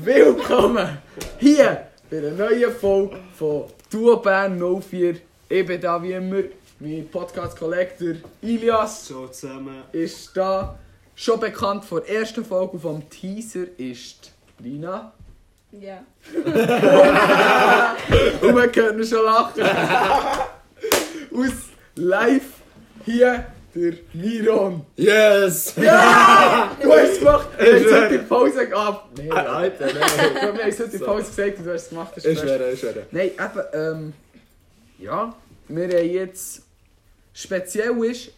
Willkommen hier bei einer neuen Folge von Duobern 04. Ich bin da wie immer, mein Podcast-Kollektor Ilias So zusammen. ist da. Schon bekannt von der ersten Folge und vom Teaser ist Lina. Ja. Und wir können schon lachen. Aus live hier der Miron. Yes! Du hast es gemacht, wir haben es heute in der Pause gehabt. Nein, ja. Alter, Ich nein. glaube, wir haben es heute in der Pause gesagt und du hast es gemacht. das ist Ich fest. schwöre, ich schwöre. Nein, eben, ähm, ja, wir haben jetzt, speziell ist,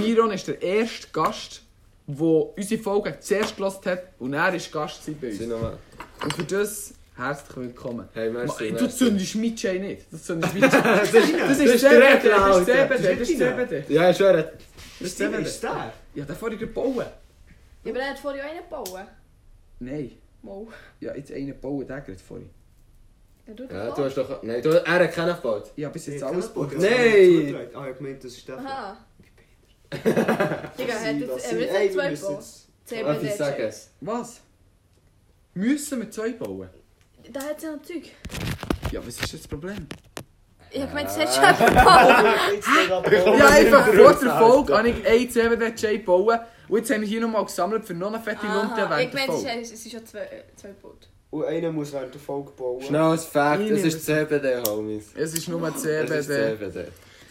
Miron ist der erste Gast, der unsere Folge zuerst gehört hat und er ist Gast gewesen bei Sind uns. nochmal. Und für das herzlich willkommen. Hey, Ma- merci, Du merci. zündest mit Jay nicht. Du zündest mit Jay. Das ist Das Das ist ist CBD, das direkt, ist Alter. CBD, das ist CBD. Ja, ich schwöre. Das ist der. CBD. Ist der? Ja, den vorhin gebaut. Ja, aber er hat vorhin auch einen gebaut. Nein, Mal. ja, jetzt einen gebaut, der gerade vorhin. Ja, du Ja, du hast doch... Nein, du, er hat keinen gebaut. Ah. Ich habe bis jetzt alles gebaut. Nein. Ah, ich hab gemeint, das ist der. Aha. Digga, er hat jetzt, er Ey, wir wird jetzt zwei müssen gebaut. jetzt- Darf ich sagen? CBD-Chips. Was? Müssen wir zwei bauen? Da hat sie noch Zeug. Ja, was ist jetzt das Problem? Ich hab gemeint, das hat schon gebaut. Jetzt den Rapport. Ja, einfach vor der Folge habe ich einen CBD-Jay gebaut und jetzt haben wir hier nochmal gesammelt für noch eine fette Lunte Aha, Ich während der meine, es Folge. ist- es sind schon zwei äh, zwei gebaut. Und einer muss während der Folge bauen. Schnell Nou. als Fact, Ich es nehme- ist CBD, Homies. Es ist nur Es ist CBD. CBD.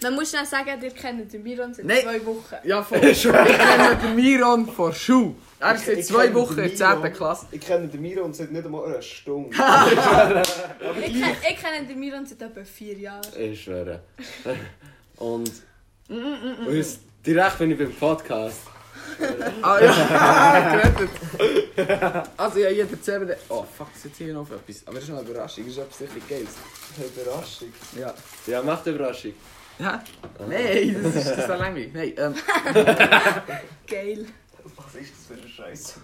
Man muss schnell sagen, ihr kennt den Miron seit Nein. zwei Wochen. Ja, voll. Ich kenne den Miron von Schuh. Er ist seit Ich zwei kenne den Wochen in Miron. 10. Klasse. Ich kenne den Miro und seit nicht einmal einer Stunde. Ich kenn- Ich kenne den Miron seit etwa vier Jahren. Ich schwöre. Und... Und jetzt direkt bin ich beim Podcast. Ah ja, gerettet. Also ja, jeder CBD... Oh fuck, es ist hier noch etwas. Aber es ist noch eine Überraschung, es ist etwas richtig Geiles. Überraschung. Ja. Ja, macht eine Überraschung. Hä? Nein, das ist das ist langweilig. Nein, ähm, Geil. Was ist das für ein Scheiß?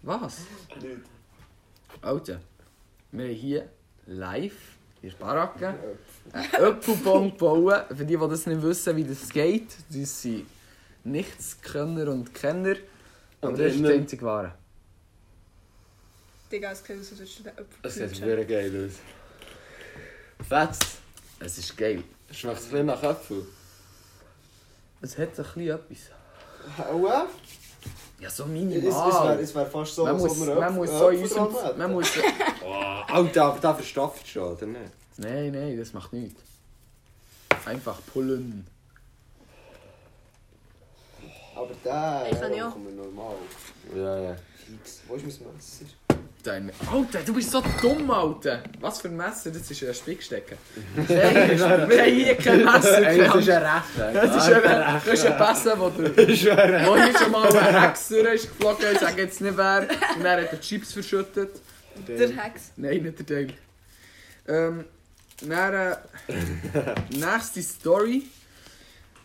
was? Nicht. Alter, wir haben hier live in der Baracke einen Öpfelbaum gebaut. Für die, die das nicht wissen, wie das geht, das sind Nichtskönner und Kenner. Und Und das ist das innen- einzige Wahre. Digga, es kennt aus, als den Es Apfel sieht wirklich geil aus. Fetzt. Es ist geil. Schmeckt ein bisschen nach Äpfel. Es hat so ein bisschen etwas. Aua? Ja, so Es, es wäre minimal. es wär fast so, Man als muss, ob wir man Öpf- Eh, muss so in Öpfel unserem... dran hätten. Man muss... Alter, aber der oh, verstopft schon, oder nicht? Nein, nein, das macht nichts. Einfach pullen. Aber der... Ich kann ja. kommt mir normal. Ja, ja. Fix. Wo ist mein Messer? Dein... Alter, du bist so dumm, Alter! Was für ein Messer? Das ist ein Spickstecken. Nein, wir haben hier kein Messer. Ey, das gehabt. ist ein Rechtsweg. Das ist eben, das ist ein Pässe, wo der Ich schwöre. wo hier schon mal ein Hexer ist geflogen, ich sage jetzt nicht wer, und er hat er die Chips verschüttet. Der Hex. Nein, nicht der Dale. Ähm, dann, äh, nächste Story.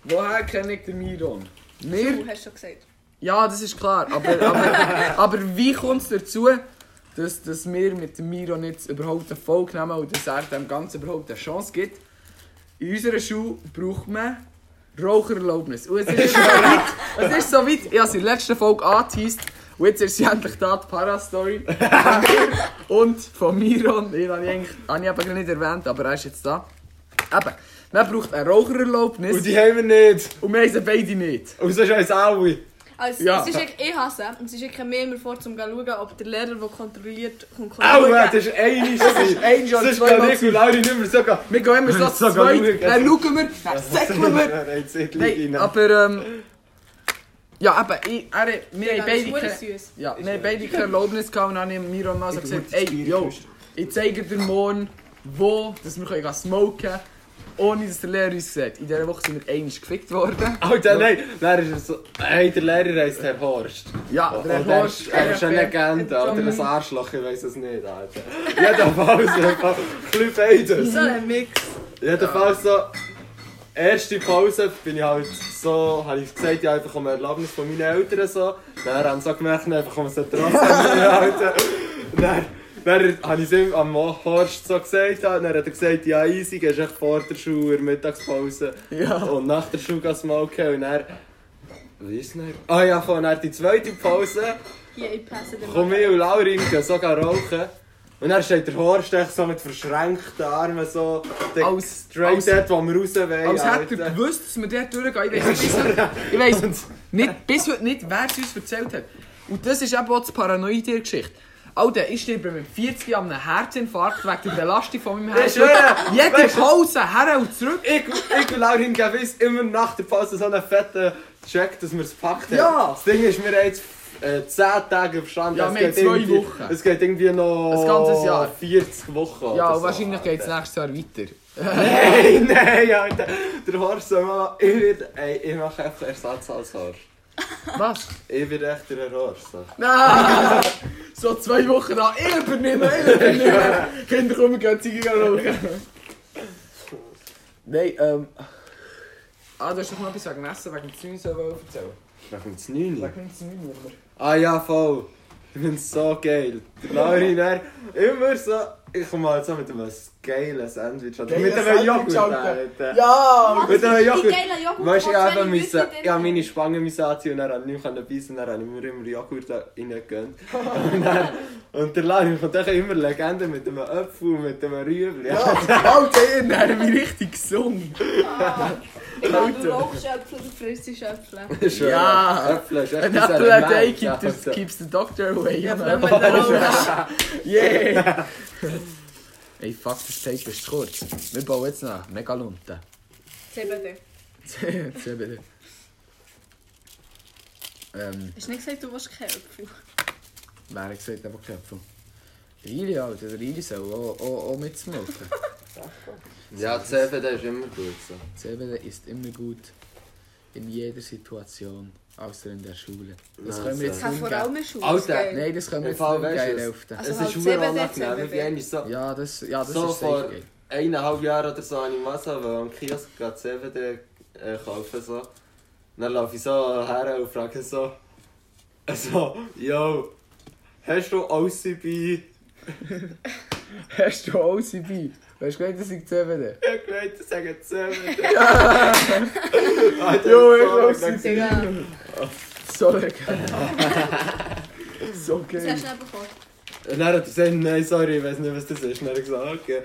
Woher kenne ich den Miron? Du Wir? hast schon gesagt. Ja, das ist klar, aber, aber, aber wie kommt es dazu, dass, dass wir mit dem Miron jetzt überhaupt eine Folge nehmen und dass er dem Ganzen überhaupt eine Chance gibt? In unserer Schule braucht man Rauchererlaubnis. Und es ist so weit, es ist so weit. ich habe sie in der letzten Folge angeteased und jetzt ist sie endlich da, die Para-Story. Von mir und von Miron, den habe ich eigentlich habe ich eben gar nicht erwähnt, aber er ist jetzt da. Eben, man braucht eine Rauchererlaubnis Und und, die haben wir nicht. und wir haben sie beide nicht. Und so ist uns alle. Also, Ja. es ist echt, ich hasse, es. es ist echt mehr immer vor, um zu schauen, ob der Lehrer, der kontrolliert, kommt Aua, das ist eine Scheiße. Angel Das ist zweimal gar nicht, weil Lauri nicht mehr so geht. Wir gehen immer so zu Sogar zweit, schauen. dann schauen wir, dann säckeln wir. Nein, ab. aber ähm, ja, aber ich, er, wir haben beide Ja, das ist keine, verdammt süß. ja, wir haben beide keine Erlaubnis gehabt und dann haben nou Miro mal so gesagt, ey, yo, ich zeige dir morgen, wo, dass wir können gehen smoken, ohne dass der Lehrer uns sieht. In dieser Woche sind wir einmal gefickt worden. Alter, nein. Dann ist er so... Hey, der Lehrer heisst Herr Horst. Ja, Und der er Horst, ist er ist eine RFB. Legende, oder ein Arschloch, ich weiß es nicht, Alter. Jedenfalls, einfach ein bisschen beides. So ein Mix. Jedenfalls so, erste Pause bin ich halt so, habe ich gesagt, ja, einfach um Erlaubnis von meinen Eltern so. Dann haben sie so gemerkt, einfach um so trotzdem halten. Dann, dann habe ich es ihm am Horst so gesagt, dann hat er gesagt, ja easy, gehst echt vor der Schule, in der Mittagspause Ja. und nach der Schule gehst du mal okay. und dann, wie ist denn? Ah ja, von dann die zweite Pause Hier, ich passe den Komm ich und Laurin gehen sogar rauchen. Und dann steht der Horst echt so mit verschränkten Armen so de- Als- straight als- dort, wo wir raus wollen. Als hätte Alter. er gewusst, dass wir dort durchgehen. Ich weiss bis heute- Ich weiss nicht, bis heute nicht, wer es uns erzählt hat. Und das ist eben auch das Paranoide der Geschichte. Alter, ich sterbe mit 40 an einem Herzinfarkt wegen der Belastung von meinem Herz. Ich schwöre, Jede weißt du- Pause, her und zurück. Ich, ich und Laurin geben uns immer nach der Pause so einen fetten Check, dass wir es gepackt haben. Ja. Das Ding ist, wir haben jetzt äh, 10 Tage überstanden. Ja, Es wir haben geht zwei irgendwie- Wochen. Es geht irgendwie noch... Ein ganzes Jahr. 40 Wochen Ja, oder und so, wahrscheinlich geht es Alter. nächstes Jahr weiter. Nein, nein, Alter. Der Horst soll mal... Ich, werd- ey, ich mache einfach Ersatz als Horst. Was? Ich bin echt der Horst. so. Nein! So zwei Wochen an, ich übernehme, ich übernehme. Kinder kommen, gehen Ziegen rauchen. Nein, ähm... Ah, du hast doch noch etwas wegen dem Essen, wegen dem Zäunen so erzählen. Nach dem 9. Wegen dem Zäunen, oder? Ah ja, voll. Ich bin so geil. Der Lauri dann immer so. Ich komme halt so mit einem geilen Sandwich. Oder Geiles mit einem Sandwich, Joghurt. Alter. Alter. Ja! Mit einem Joghurt. geilen Joghurt. Weißt du, ich habe eben müssen, ich habe meine Spangen müssen anziehen und dann konnte ich nicht mehr beißen, dann habe ich mir immer Joghurt reingegönnt. Und, dann, und der Lauri kommt dann immer Legende mit einem Apfel und mit einem Rüebli. Alter, ihr habt mich richtig gesungen. Du rauchst Äpfel, du frisst Äpfel. Schön. Ja. Äpfel ist echt An ein apple a day Element, keep the, Alter. keeps the doctor away. Ja, Wenn man da raucht. yeah! Ey, fuck, das Tape ist kurz. Wir bauen jetzt noch Megalunte. CBD. Sehr bitte. Ähm, Hast du nicht gesagt, du willst keinen Äpfel? wer hat gesagt, aber Köpfe? Rili, Alter, der Rili soll auch, auch, auch mitsmoken. Ja, CBD ist immer gut so. CBD ist immer gut. In jeder Situation. Außer in der Schule. Das Nein, können wir so. jetzt Ich habe vor allem umgehen. eine Schule. Alter, geil. Nein, das können wir Im jetzt Fall nicht geil weisst du es. helfen. Also es halt ist schwer CBD, angenehm, wie wenn ich so... Ja, das, ja, das So ist vor- safe gay. eineinhalb Jahre oder so habe ich Massa, weil am Kiosk gerade CBD äh, kaufen so. Dann laufe ich so her und frage so, so, yo, hast du OCB? Hast du OCB? Weißt du, das ist CBD? Ich E hab gemeint, sie sagen CBD. Ah, Jo, Alter, ich hab sorry, Digga, So lecker. so geil. das hast du nicht bekommen. Und dann hat er gesagt, nein, sorry, ich weiß nicht, was das ist. Dann hat er gesagt, okay. Er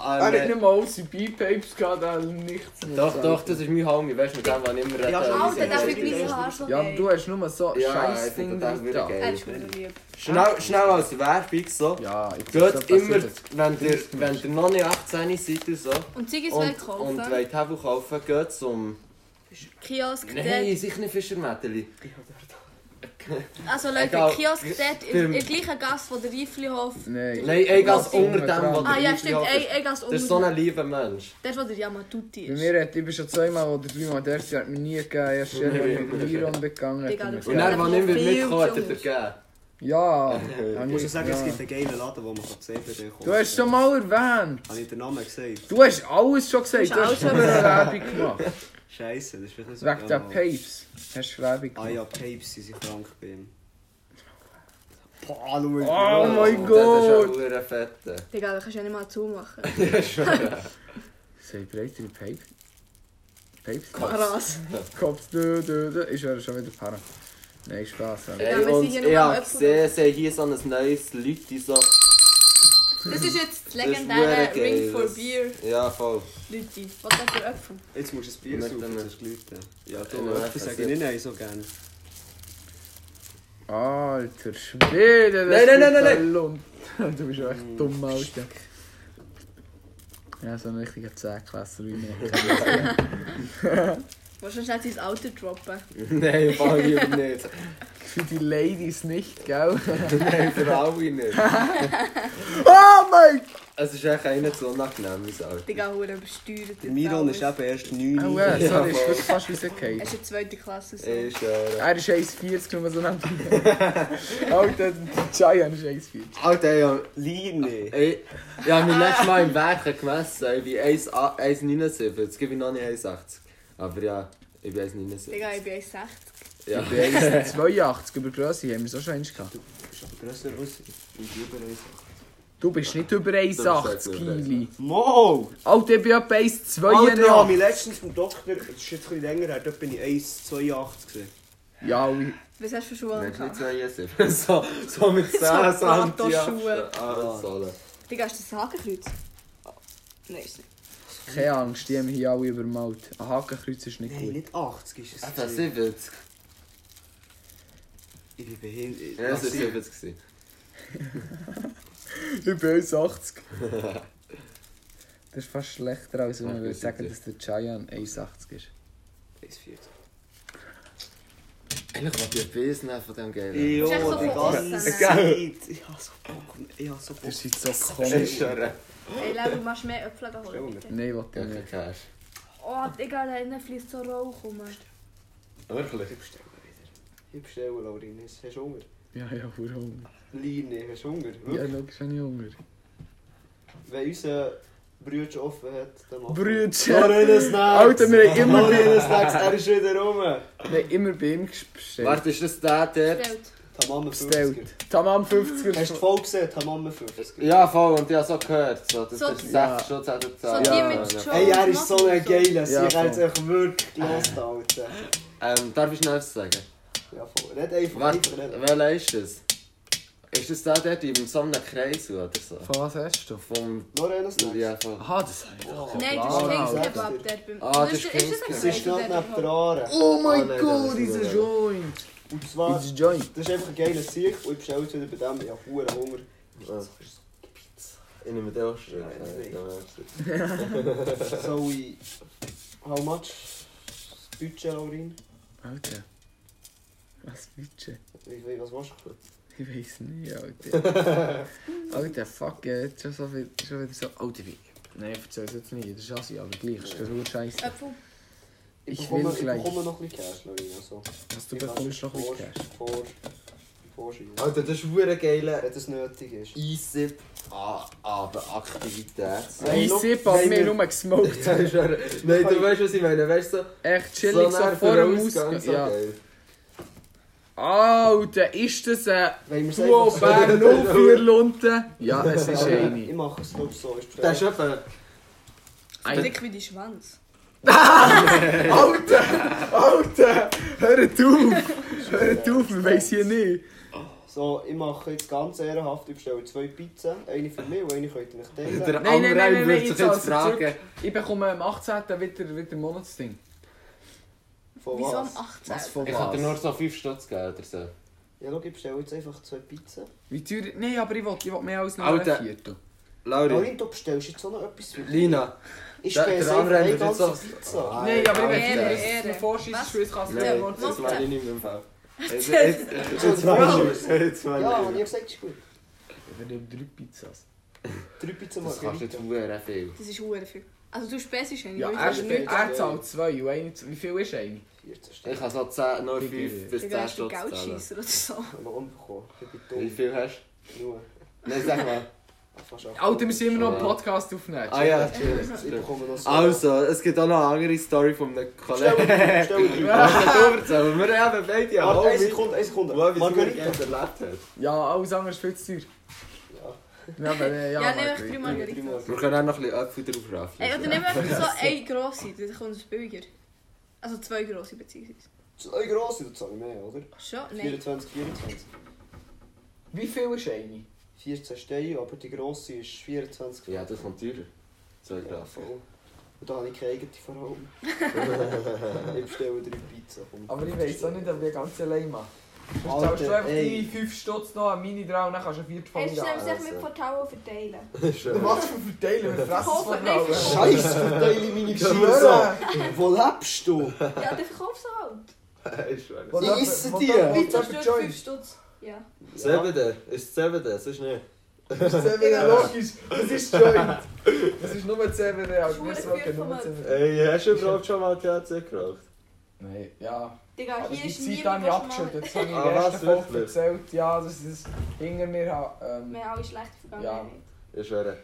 Ah, hat nein. nicht mal OCB-Papes gehabt, er hat nichts mehr Doch, gesagt. doch, das ist mein Homie, weißt du, mit dem, wann ich immer rede. Alter, das Ja, ist mein Haar so Ja, aber du hast nur so Ja, scheiß ich find Ding das auch wieder da. geil. Er ist gut lieb. Schnell, schnell als Werbung so. Ja, ich Geht immer, Das wenn ihr, wenn ihr noch nicht 18 seid oder so Und Ziggis will und, und kaufen. wollt Hefe kaufen, geht zum... Kiosk Nein, dort. sicher nicht Fischermädeli. Also Leute, Egal. Kiosk dort Beim- im im gleichen Gast, wo der Reiflihof... Nein. Nein, ich gehe unter dem, wo Ah der ja, Reifli stimmt. oh, hat. Ein ein Gast Das ist so unten. ein lieber Mensch. Dort, wo der Yamatuti Bei ist. mir hat ich bin schon zweimal oder dreimal der hat mir nie gegeben. Erst Nein. wenn ich mit Iron begangen hat er mir Und dann, Ja, gegeben. das wann ist ich wieder viel mitkomme, hat er zu dir gegeben. Ja. Ich Ich muss ja sagen, ja. es gibt einen geilen Laden, wo man CBD kaufen kann. Du hast schon mal erwähnt. Habe ich den Namen gesagt? Du hast alles schon gesagt. Du hast Du hast alles schon schon eine Werbung gemacht. Scheiße, das ist wirklich so. Wegen der Papes. Hast du Werbung Ah gemacht. ja, Papes, die ich krank bin. Boah, schau Oh mein Gott. Das ist ein fetter. Digga, du kannst ja nicht mal zumachen. Sei breiter Pape. Papes? Krass. Kopf, dö, dö, dö. Ist er schon wieder Para. Nein, Spaß. aber- Ja, Ey, wir sind und hier ich nur am habe Öpfel- gesehen, sie haben hier so ein neues Leute, die so... Das ist jetzt ist das legendäre wirklich Ring for das- Beer. Ja, voll. Leute, was hat der Äpfel? Jetzt musst du ein Bier Mit suchen, dem- das ist Glüte. Ja, Ja, du, das das sage ich nicht nein, so gerne. Alter Schwede, Nein, nein, nein, nein, nein. Mm, nein! Du bist ja echt dumm, Alter. Ja, so ein richtiger Zähklässer wie mir. Willst du schnell sein Auto droppen? Nein, vor allem lieber nicht. Für die Ladies nicht, gell? Nein, für alle nicht. Oh mein Es ist echt einer zu unangenehm, wie es auch. Digga, hure besteuert. Der Miron ist eben erst 9 Ah, Gott! Oh, Uhr. äh, sorry, ist wirklich fast rausgefallen. Er ist in zweite Klasse. So. Ey, ist äh, ja... Er ist 1,40 nur so neben Alter, der Giant ist 1,40. Alter, ja. Line. Ey, ich habe mich letztes Mal im Werken gemessen. Ich bin 1 A- 1,79. Jetzt gebe ich noch nicht 1,80. Aber ja, ich bin 1,79. Digga, ich bin 1,60. Ja. Bei 1,82 über Grösse haben wir so schon eins gehabt. Ist aber grösser aus. Und über uns. Du bist nicht über 1,80 Du bist nicht Kili. Mo! Alter, ich bin etwa Alter, ich habe 1,82. mich letztens beim Doktor, das ist jetzt ein bisschen länger her, dort bin ich 1,82 gewesen. Ja, und Was hast du für Schulen Nicht mit gehabt? 72. So, so mit 10 Plateauschuhe. Santiago. Ah, so. Digga, ist das ein Hakenkreuz? Ah, Nein, ist nicht. keine Angst, die haben hier alle übermalt. Ein Hakenkreuz ist nicht Nein, gut. nicht 80 ist es. Etwa gewesen. 70. Ich bin behindert. Ja, es war Lass sie- 70. gewesen. Ich bin 1,80. Das ist fast schlechter, als wenn man würde sagen, dass der Giant 1,80 ist. 1,40. Eigentlich wollte ich ein Biss nehmen von dem Geilen. Jo, Ist echt so die von ganze aussen. Zeit. Ich hab so Bock. Ich hab so Bock. Das ist so Ist komisch. schon recht. Ey, Leo, du machst mehr Äpfel holen, bitte. Nein, was Ja, denn nicht. kein Cash. Oh, Digga, da hinten fließt so Rauch rum. Wirklich? Ich bestelle wieder. Ich bestelle, Laurinis. Hast du Hunger? Ja, ja, warum? Line, hast du Hunger? Ja, Wirklich? logisch habe ich Hunger. Wenn unser Brütsch offen hat, dann machen Oh, Brötchen! Laurinis Snacks! Alter, wir haben immer- Laurinis Snacks, er ist wieder rum! Nein, immer bei ihm bestellt. Warte, ist das der dort? Stellt. Tamam 50. Bestellt. Tamam 50er. Hast du die Folge gesehen? Tamam 50. Ja, voll, und ich habe so gehört. So, das So ist die- 60 Schutz hat er So gezahlt. die Ja, mit ja. Joe. Hey, er ist so ein Ja, geiler, ich hätte voll. es euch wirklich gelost, Alter. Ähm, darf ich schnell etwas sagen? Ja, voll. Nicht einfach, Warte, einfach nicht. welcher ist das? Ist das der dort im so einem Kreis oder so? Von was hast du? Vom... Laurinis Snacks. Ja, voll. Aha, das habe ich doch. Nein, das Wow. ist Kings Wow. Kebab dort beim... Ah, das ist Ist Kings das ein Kebab. Es ist Kings gerade neben der Kebab? Aare. Oh mein mein Gott, Gott, dieser dieser Joint! Und zwar, Dieser Joint. das ist einfach ein geiler Sieg und ich bestelle es wieder bei dem. Ich habe verdammt Hunger. Ja. Ich nehme den auch schon. Nein, das nicht. Ja, merci. So ich... How much? Das Budget, Laurin? Alter. Was Budget? Ich weiß, was machst du? Ich weiß nicht, Alter. Alter, fuck, ja, jetzt schon so viel, schon wieder so. Alter, wie. Nein, ich erzähl's jetzt nicht, das ist Assi, aber gleich, ist das nur scheiße. Äpfel. Ich bekomme, will gleich. Ich bekomme noch ein bisschen Cash, Laurin. Also. Was du Ich kann bekommst, noch ein vor- Cash. Vor... Vorschreiben. Alter, das ist wirklich geiler. Wenn es nötig ist. Eisip aber Aktivität. Hey, Hey, look, Sipp hat wenn mir wir- nur gesmoked. Nein, du weißt, was ich meine. Weißt du, so- Echt chillig, so nah vor dem Ausgang, Ausgang. so Ja. geil. Alter, ist das ein Wenn wir es Duo einfach- Bern 04 Lunte? Ja, es ist Ich eine. mache es glaub so. Ich Der ist etwa. So Eine- dick wie die Schwanz. Alter! Alter! Hört auf! Hört auf, wir weiss hier nicht. So, ich mache jetzt ganz ehrenhaft, ich bestelle zwei Pizzen. Eine für mich und eine könnt ihr euch Der teilen. nein, andere nein, nein, würde nein, sich jetzt jetzt also fragen. Ich bekomme um am 18. wieder, wieder ein Monatsding. Von Wieso am was? 18? von Ich kann dir nur so 5 Stutz geben oder so. Ja, schau, ich bestelle jetzt einfach zwei Pizzen. Wie teuer? Nein, aber ich will, ich will mehr als nur Alter. ein Viertel. Lauri, Laurin, du bestellst jetzt auch noch etwas für mich. Lina, Ich der- speise der andere einfach eine hat jetzt ganze so- Pizza. Ah. Nein, aber ich Alter. will Ehre, nicht, dass du Ehre. vorschießt, Was? weil es kann Ja, nicht nein, was mehr das denn? meine ich nicht mehr im Fall. Jetzt- Jetzt jetzt Ja, meine ich Jetzt ja, meine und ich ich gesagt, ist gut. Wir nehmen drei Pizzas. Drei Pizzen Das kannst du nicht Margherita. huren viel. Das ist hure viel. Also du späst ja nicht. Ja, weil er, ich ist weiß nicht. nicht- er zahlt zwei und eine, wie viel ist eine? 14 Stück. Ich kann so 10, nur 5 bis Digga, 10 hast du Stutz zahlen. Geldscheisser oder so? Ich habe noch umbekommen. Ich bin Wie dumm. viel hast Nur. Ah, du? Nein, sag mal. Fast acht. Alter, wir sind immer noch einen Ja. Podcast aufnehmen. Ah ja, Ich tschüss. bekomme noch so. Also, es gibt auch noch eine andere Story von einem Bestell Kollegen. drei, bestell drei. Was hat du erzählt? Wir haben beide ja Warte, halb eine Sekunde, eine Sekunde. Mal, wie es Margarita. erlebt hat. Ja, alles andere ist viel zu teuer. Ja. Ja, aber, äh, ja, Ja, nehmen wir Margarita. drei Prima. Margaritas. Wir können auch noch ein bisschen Äpfel drauf raffen. Ey, oder nehmen wir einfach so eine grosse, dann kommt es billiger. Also zwei grosse beziehungsweise. Zwei grosse, da zahle ich mehr, oder? Schon? Nein. 24, 24. Wie viel ist eine? 14 Steine, aber die grosse ist 24 Ja, das kommt teurer. Zwei Ja, Grad. voll. Oh. Und da habe ich keine eigene vor allem. ich bestelle drei Pizza. komm. Aber ich weiss auch nicht, ob ich ganz allein mache. Du zahlst du Alter, einfach ey. die 5 Stutz noch an meine drauf und dann kannst du ein Viertel von Erst mir schnell haben. sich mit Portalen verteilen. Was für Verteilen, wir fressen es Verkaufen, von nein, allen. verkaufen. Scheiße, verteile ich meine Geschirre. Schwöre! Wo lebst du? Ja, dann verkauf sie halt. Wo Ich jemand- esse wo die. jemand- wo Pizza jemand Stück, joint. fünf Stutz. Ja. Sieben da. Ist sieben da, sonst nicht. CBD, logisch. Das ist Joint. Das ist nur CBD, aber wir Schwulen smoken nur Bier von CBD. Ey, hast du überhaupt schon mal THC geraucht? Nein, ja. Digga, Aber Ah, hier die ist Zeit niemand, habe ich was abgeschüttet. Das habe ich in Ah, der ersten was, Folge wirklich? erzählt. Ja, das ist hinter mir. ha- Ähm, Wir haben alle schlechte Vergangenheit. Ich schwöre.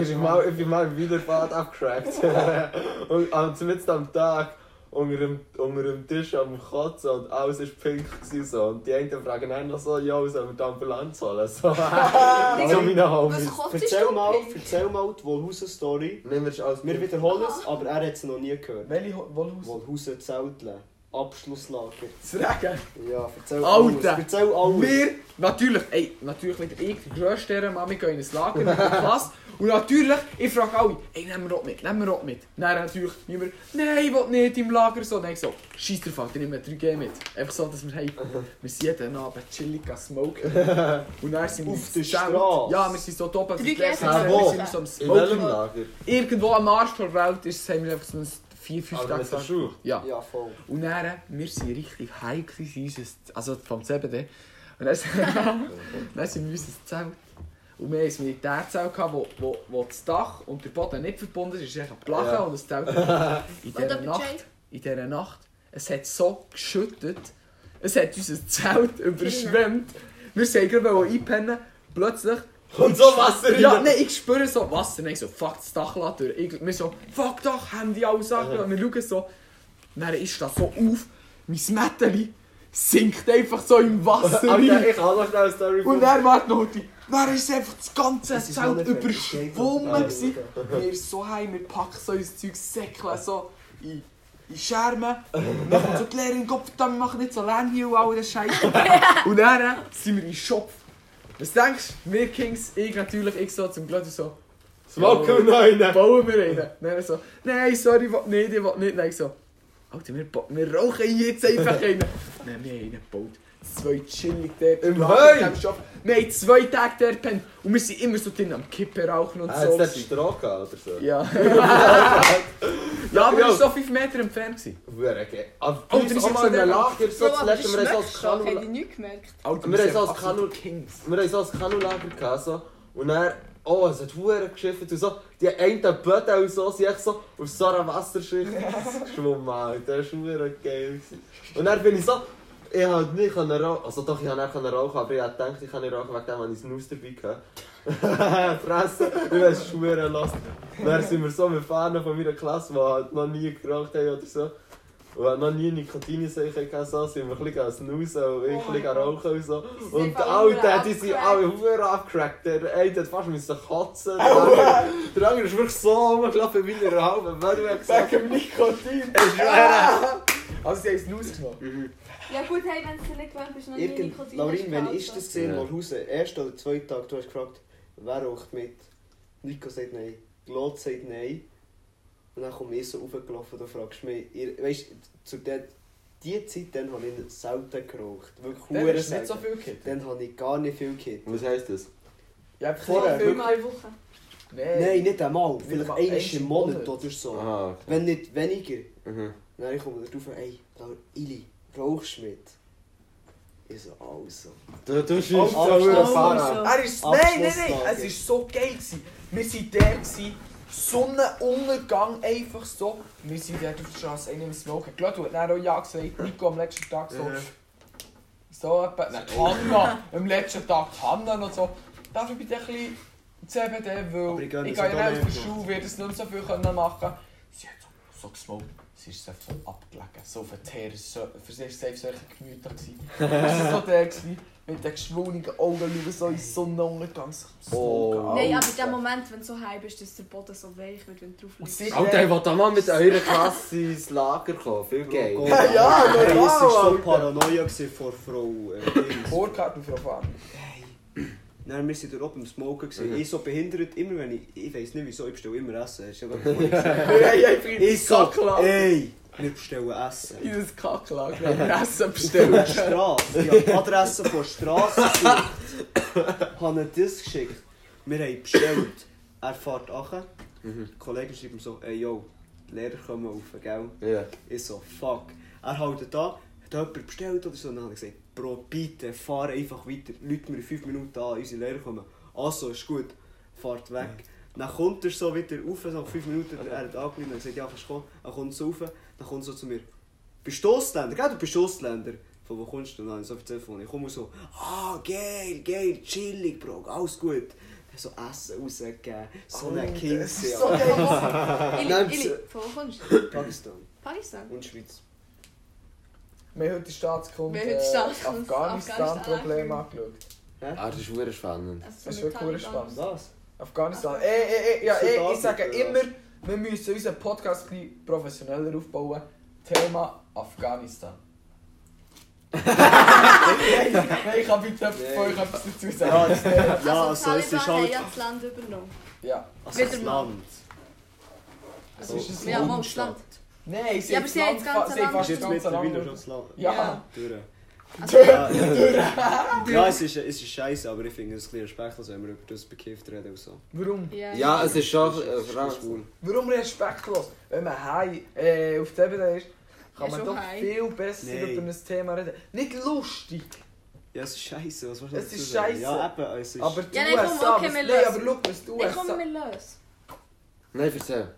Ich bin mal, ich bin mal im Wiederfahrt abgecrackt. und am, mitten am Tag unter dem, unter dem Tisch am Kotzen und alles war pink. Gewesen, so. Und die einen fragen einen noch so, ja, sollen wir die Ambulanz holen? So, so meine Was Homies. kotzt Erzähl mal, du? erzähl mal die Wohlhausen-Story. Nehmen wir es alles Wir wiederholen es, aber er hat es noch nie gehört. welche Ho- Wollhaus? Wohlhausen-Zeltle. Abschlusslager. zu regen. Ja, erzähl Alter. alles. Erzähl alles. Wir, natürlich, ey, natürlich nicht ich, der grösste Ehrenmann, wir gehen ins Lager mit der Klasse. Und natürlich, ich frage alle, ey, nehmen wir Rot mit, nehmen wir Rot mit. Dann natürlich niemand, nein, ich will nicht im Lager so. Dann ich so, scheiss drauf, Alter, ich nehme 3G mit. Einfach so, dass wir, hey, wir sind jeden Abend chillig am smoken. Und dann sind wir Auf ins der Zelt. Straße. Ja, wir sind so top, als 3G wir sind Ah, wir wo? sind so am In welchem smoken. Lager? Irgendwo am Arsch der Welt ist, haben wir einfach so ein 4-5 Aber Tage mit der gesagt. Schuhe. Ja. Ja, voll. Und dann, wir waren richtig high, gewesen, unseres- also vom CBD. Und dann, sind- dann sind wir in unser Zelt. Und wir hatten ein Militärzelt, gehabt, wo, wo, wo das Dach und der Boden nicht verbunden sind. Es ist einfach Plache Ja. und das Zelt. In Und dieser aber Jay, Nacht, in dieser Nacht, es hat so geschüttet, es hat unser Zelt überschwemmt. Wir sind gerade wollen einpennen, plötzlich... Kommt so Wasser rein? Ja, nein, ich spüre so Wasser. Nein, so, fuck, das Dach lässt durch. Ich, wir so, fuck Dach, haben die alle Sachen. Und wir schauen so. Dann ist das so auf, mein Mädchen sinkt einfach so im Wasser Alter, rein. ich habe noch schnell eine Story Und von- er wart noch die. Dann ist einfach das ganze Das ist noch Zelt nicht fertig. überschwommen. Ja, gewesen. Wir so heim, wir packen so unser Zeug, säckeln so in, in Schermen. Und Dann kommt so die Lehrerin, Gott verdammt, wir machen nicht so lang hier und all den Scheiß. Und dann sind wir in Schopf. Was denkst du? Wir Dus Kings, ich natürlich, ich so zum Glück so. Smoke und Neune. bauen wir einen. Dann er so, nein, sorry, ich will nicht, ich will nicht. Dann ich so, Alter, wir, ba- wir rauchen jetzt einfach einen. Nein, wir haben einen gebaut. Zwei chillig dort. Im Wir Heu? haben Shop. Wir haben zwei Tage dort gepennt. Und wir sind immer so drin am Kippen rauchen und Ah, so. Hat es gewesen. dort Stroh gehabt oder so? Ja. ja, aber wir waren so 5 Meter entfernt. gewesen. Hure Ah, geil. Oh, Aber das du ist bist auch mal in einem der- Lager, so so das aber letzte Mal das so als schmeckt schon, Kanula- hätte ich nicht gemerkt. Alter, Wir haben so sind als absolut Kanul- Kings. Wir haben so ein Kanulager gehabt, so. Und er, oh, es hat Huren geschifft und so. Die einen Böden und so sind echt so auf so einer Wasserschicht geschwommen, Alter. Das war Huren geil. gewesen. Und dann bin ich so, ich halt nicht können rauchen. Also doch, ich konnte nicht rauchen, aber ich hab gedacht, ich kann nicht rauchen, wegen dem habe ich einen Nuss dabei gehabt. Fressen, ich weiß, Huren los. Und dann sind wir so mit Fahnen von meiner Klasse, die halt noch nie geraucht haben oder so. Und noch nie Nikotinsäure gehabt, so sind wir ein bisschen snoozen und ich ein bisschen rauchen und so. Und Alter, die sind alle hoher abgecrackt. Der eine hat fast müssen kotzen. Der andere- Der andere ist wirklich so rumgelaufen wie in einer halben Welle. Er gesagt, Wegen dem Nikotin. es ist schwer. Also, sie haben es rausgenommen. Ja gut, hey, wenn es dir nicht gewöhnt bist, du noch nie Irgend... Nikotin. Laurin, wenn gehabt, ist so. das gesehen, Ja. ja. raus? Erst oder zweiten Tag, du hast gefragt, wer raucht mit? Nico sagt nein, Glot sagt nein. Und dann komme ich so raufgelaufen und fragst mich, ihr, weißt zu der die Zeit dann habe ich selten geraucht. Wirklich Dann hure ist nicht so selten. viel gekippt. Dann habe ich gar nicht viel gekippt. Was heisst das? Ja, einfach Vorher, so viel- Einmal in der Woche. Nein, nicht einmal. Vielleicht einmal. einmal Eins im im Monat Monat. oder so. Ah, okay. Wenn nicht weniger. Mhm. Dann ich komme ich darauf, ey, Laura, Ili, rauchst du mit? Ich so, also. Du, du schiebst Oh, so hoher oh, Fahrer. Er ist. Abschluss- Nein, nein, nein! Frage. Es war so geil. Gewesen. Wir waren dort. Gewesen. Sonnenuntergang einfach so. Wir sind dort auf der Straße einem Smoken. Glöd hat dann auch ja gesagt, Nico am letzten Tag so. Ja. So etwa. Nein, Hanna! am letzten Tag Hanna noch so. Darf ich bitte ein bisschen CBD, Aber weil ich ich gehe gehe das ja auch nicht aus nicht der Schule, werde es nicht mehr so viel können machen Sie hat so, so gesmoked. Sie ist einfach so abgelegen. So auf den Teer. Es ist so- Für sie war es safe so richtig gemütlich. gewesen. Es war so der gewesen, mit den geschwollen Augen, schauen so in den Sonnenuntergang. sich am Oh. Smoken an. Nein, aber in dem Moment, wenn du so heim bist, dass der Boden so weich wird, wenn du drauf Und liegst. sie- Alter, ich will da mal mit eurer Klasse ins Lager kommen. Oh Viel geil. ja, normal, Es war so Alter. Paranoia gewesen vor Frau. Äh, Dings. Vorkarten auf Rafan. Nein, wir sind dort oben im Smoken. gewesen. Mhm. Ich so behindert, immer wenn ich. Ich weiß nicht wieso, ich bestelle immer Essen. Hast du ja gerade Ich Ich so, Kacklager. ey, wir bestellen Essen. In das Kacklager. Wir haben Essen Stelle bestellt. Straße. Ich habe die Adresse von Straße gesucht. habe ihm das geschickt. Wir haben bestellt. Er fährt an. Mhm. Die Kollegen schreiben ihm so: Ey, yo, die Lehrer kommen rauf, gell? Ja. Ich so: Fuck. Er hält da, hat jemand bestellt oder so. Dann habe ich gesagt: Bro, bitte, fahr einfach weiter. Leute mir in 5 Minuten an, unsere Lehrer kommen. Also, ist gut. Fahrt weg. Dann kommt er so wieder rauf, so nach 5 Minuten. Er hat angerufen und gesagt: Ja, kannst du kommen. Dann kommt er so rauf. Dann kommt er so zu mir: Bist du Ausländer? Gell, du bist Ausländer. Von wo kommst du? Nein, so erzählt von Ich komme so, ah, geil, geil, chillig, Bro, alles gut. Dann so Essen rausgegeben, so ein Kind. Das ist ja. so geil. Nein, Ili, Ili, bis- von wo kommst du? Pakistan Pakistan? und Schweiz. Wir haben heute die Staatskunde Wir haben heute die Staatskunde eh, Afghanistan-Problem Afghanistan angeschaut. Ah, das ist hure spannend. Also Das ist mit wirklich cool Taliban. spannend. Was? Afghanistan. Ey, ey, ey, ja, eh, ey, ich sage Soldaten, immer, wir müssen unseren Podcast ein bisschen professioneller aufbauen. Thema Afghanistan. Nein, ich habe bitte Nee. von euch etwas dazu Ja, sagen. das, ja also, also, es die ist Taliban haben ja halt. das Land übernommen. Ja. Also, das Wieder mal. Land. Es ist ein ja, mal das Unstaat. Land. Nein, sie haben Ja, aber das sie haben Land das fa- ganze sie haben Land Ist fast jetzt das ganze mittlerweile schon Land. das Land. Ja. Durch. Also, Ja, ja es ist, es ist scheiße, aber ich finde es ein bisschen respektlos, wenn wir über das bekifft reden und so. Warum? ja. Ja, es ist schon. Äh, Das ist vor allem- schwul. Warum respektlos? Wenn man high, äh, auf der Ebene ist, kann Ist man schon doch high. viel besser Nein. über ein Thema reden. Nicht lustig, Ja, es ist scheiße. Was willst du Es ist dazu sagen? scheisse. Ja, eben, es ist. aber die Ja, nein, komm, USA... okay, wir nein, lösen. aber schau, was die Ich komme USA... mir los. Nein, erzähl.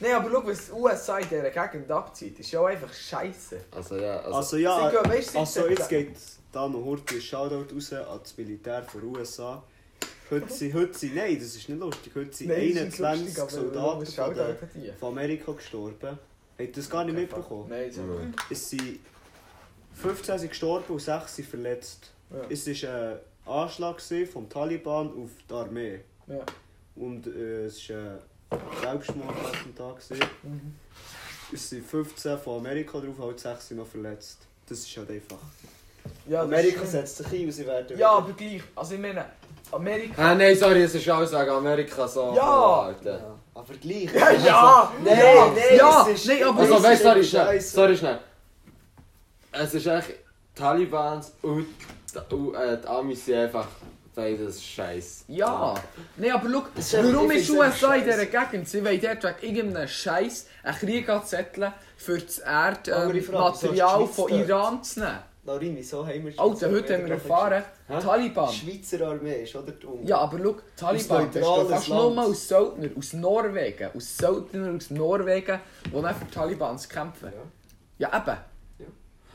Nein, aber schau, was die USA in dieser Gegend abzieht. Ist ja auch einfach scheisse. Also ja, also. also Sie ja, gehen, weißt du, also sie- jetzt geht da noch hurtig ein Shoutout raus an das Militär von USA. Heute sind, heute sind, nein, das ist nicht lustig, heute sind Nein, es ist 21 lustig, aber warum Soldaten ist von, der, Shoutout an die? von Amerika gestorben. Habt ihr das gar nicht mitbekommen? Nein, so. Nein. Es sind 15 sind gestorben und 6 sind verletzt. Ja. Es war ein Anschlag gewesen vom Taliban auf die Armee. Ja. Und äh, es war ein Selbstmordattentat. gewesen. Mhm. Es sind 15 von Amerika drauf, halt 6 sind noch verletzt. Das ist halt einfach. Ja, das Amerika stimmt. setzt sich ein und sie werden. Ja, aber gleich. Also ich meine, Amerika... Ah, nein, sorry, es ist alles wegen Amerika so. Ja. oh, Alter. Ja, aber gleich. Ja, Also, ja! Nein, ja, nein, ja, es ist- nein, aber... Es Also, ist weißt du, sorry, echt schnell. scheisse. Sorry, schnell. Es ist echt. Talibans und die, und, äh, die Amis sind einfach. Beides Scheiß. Ja, nein, aber schau, ist einfach- warum ich ist die find's USA in einfach dieser Gegend? Sie wollen dort wegen irgendeinem Scheiß einen Krieg anzetteln, für das Andere Frage, Erdmaterial wieso ist von die Schweiz dort? ehm, Iran zu nehmen. Laurin, wieso haben wir Alter, heute haben wir erfahren, Hä? Taliban. Die Schweizer Armee ist, oder? Die Ungarn? Ja, aber schau, Taliban Aus besteht neutrales fast Land. nur mal aus Söldner, aus Norwegen, aus Söldner aus Norwegen, die dann für die Taliban zu kämpfen. Ja, eben.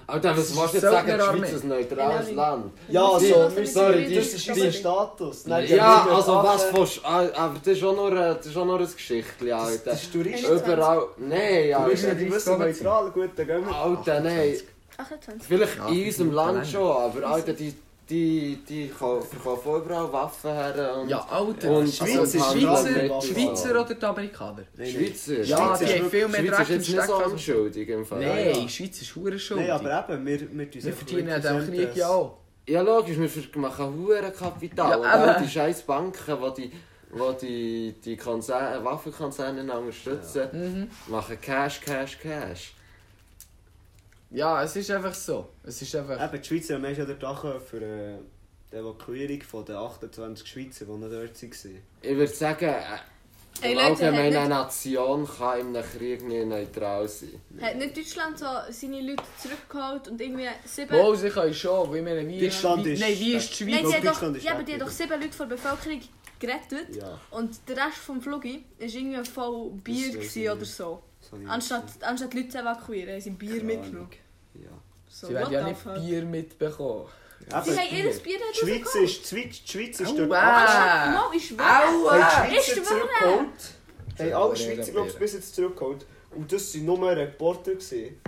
Alter, Das was ist willst du jetzt eine sagen? Die Söldnerarmee. Schweiz ist ein neutrales Nein, Land. Ja, also, Die- wir sorry, die- das ist unser Status. Nein, Ja, wir dürfen also was Affen- von. Ah, aber das ist auch nur, äh, das ist auch nur ein Geschichtchen, Alter. Das ist Touristen. Überall. Nein, Ah, Du bist Alter. nicht die Wissen neutral, gut, dann gehen wir. Alter, nein. 28. Vielleicht Ja, in unserem fünf Minuten länger. Land schon, aber Alter, die, die, die kau- verkaufen überall Waffen her. ähm, Und Ja, Alter. Und Schweizer, also, Schweizer, Taliban- Schweizer oder die Amerikaner? Schweizer. Ja, Schweizer die haben viel mehr Schweizer Dreck ist im jetzt nicht so Stecken. unschuldig im Fall. Nein, Schweiz ist hure schuldig. Nein, aber eben, wir, wir, tun Wir einfach verdienen den representen- Krieg ja auch. Ja, logisch, wir ver- machen Huren Kapital. Ja, und eben. auch die scheiß Banken, die die, wo die, die Konzerne, äh, Waffenkonzerne unterstützen, Mhm. machen Cash, Cash, Cash. Ja, es ist einfach so. Es ist einfach... Eben, die Schweizer Armee ist ja dort angekommen für äh, die Evakuierung von den 28 Schweizer, die noch dort waren. Ich würde sagen, äh, Ey, im Leute, Allgemeinen hat eine Nation kann in einem Krieg nicht neutral sein. Hat nicht Deutschland so seine Leute zurückgeholt und irgendwie sieben... Wo sie können schon, weil wir... Wie Deutschland wie, ist- Nein, wie ist die Schweiz? Nein, die Weil hat doch, Deutschland ist ja, aber die hat weg, doch sieben Leute von der Bevölkerung gerettet Ja, und der Rest vom Flugi war irgendwie voll Bier Das weiß ich gewesen oder nicht. so. das habe ich Anstatt, anstatt die Leute zu evakuieren, haben sie Bier Keine mitgenommen. nicht- Ja. So, Sie werden ja what nicht the fuck? Bier mitbekommen. Sie Eben, haben ihr Bier die Schweiz rausgeholt. ist, die Schweiz, die Schweiz Au, ist dort wow. angekommen. Ah. Mal, ich schwöre. Aua! Die Schweizer Ist zurückgeholt. Haben alle Schweizer, Reden, glaube ich, Reden. bis jetzt zurückgeholt. Und das waren nur Reporter. Gewesen.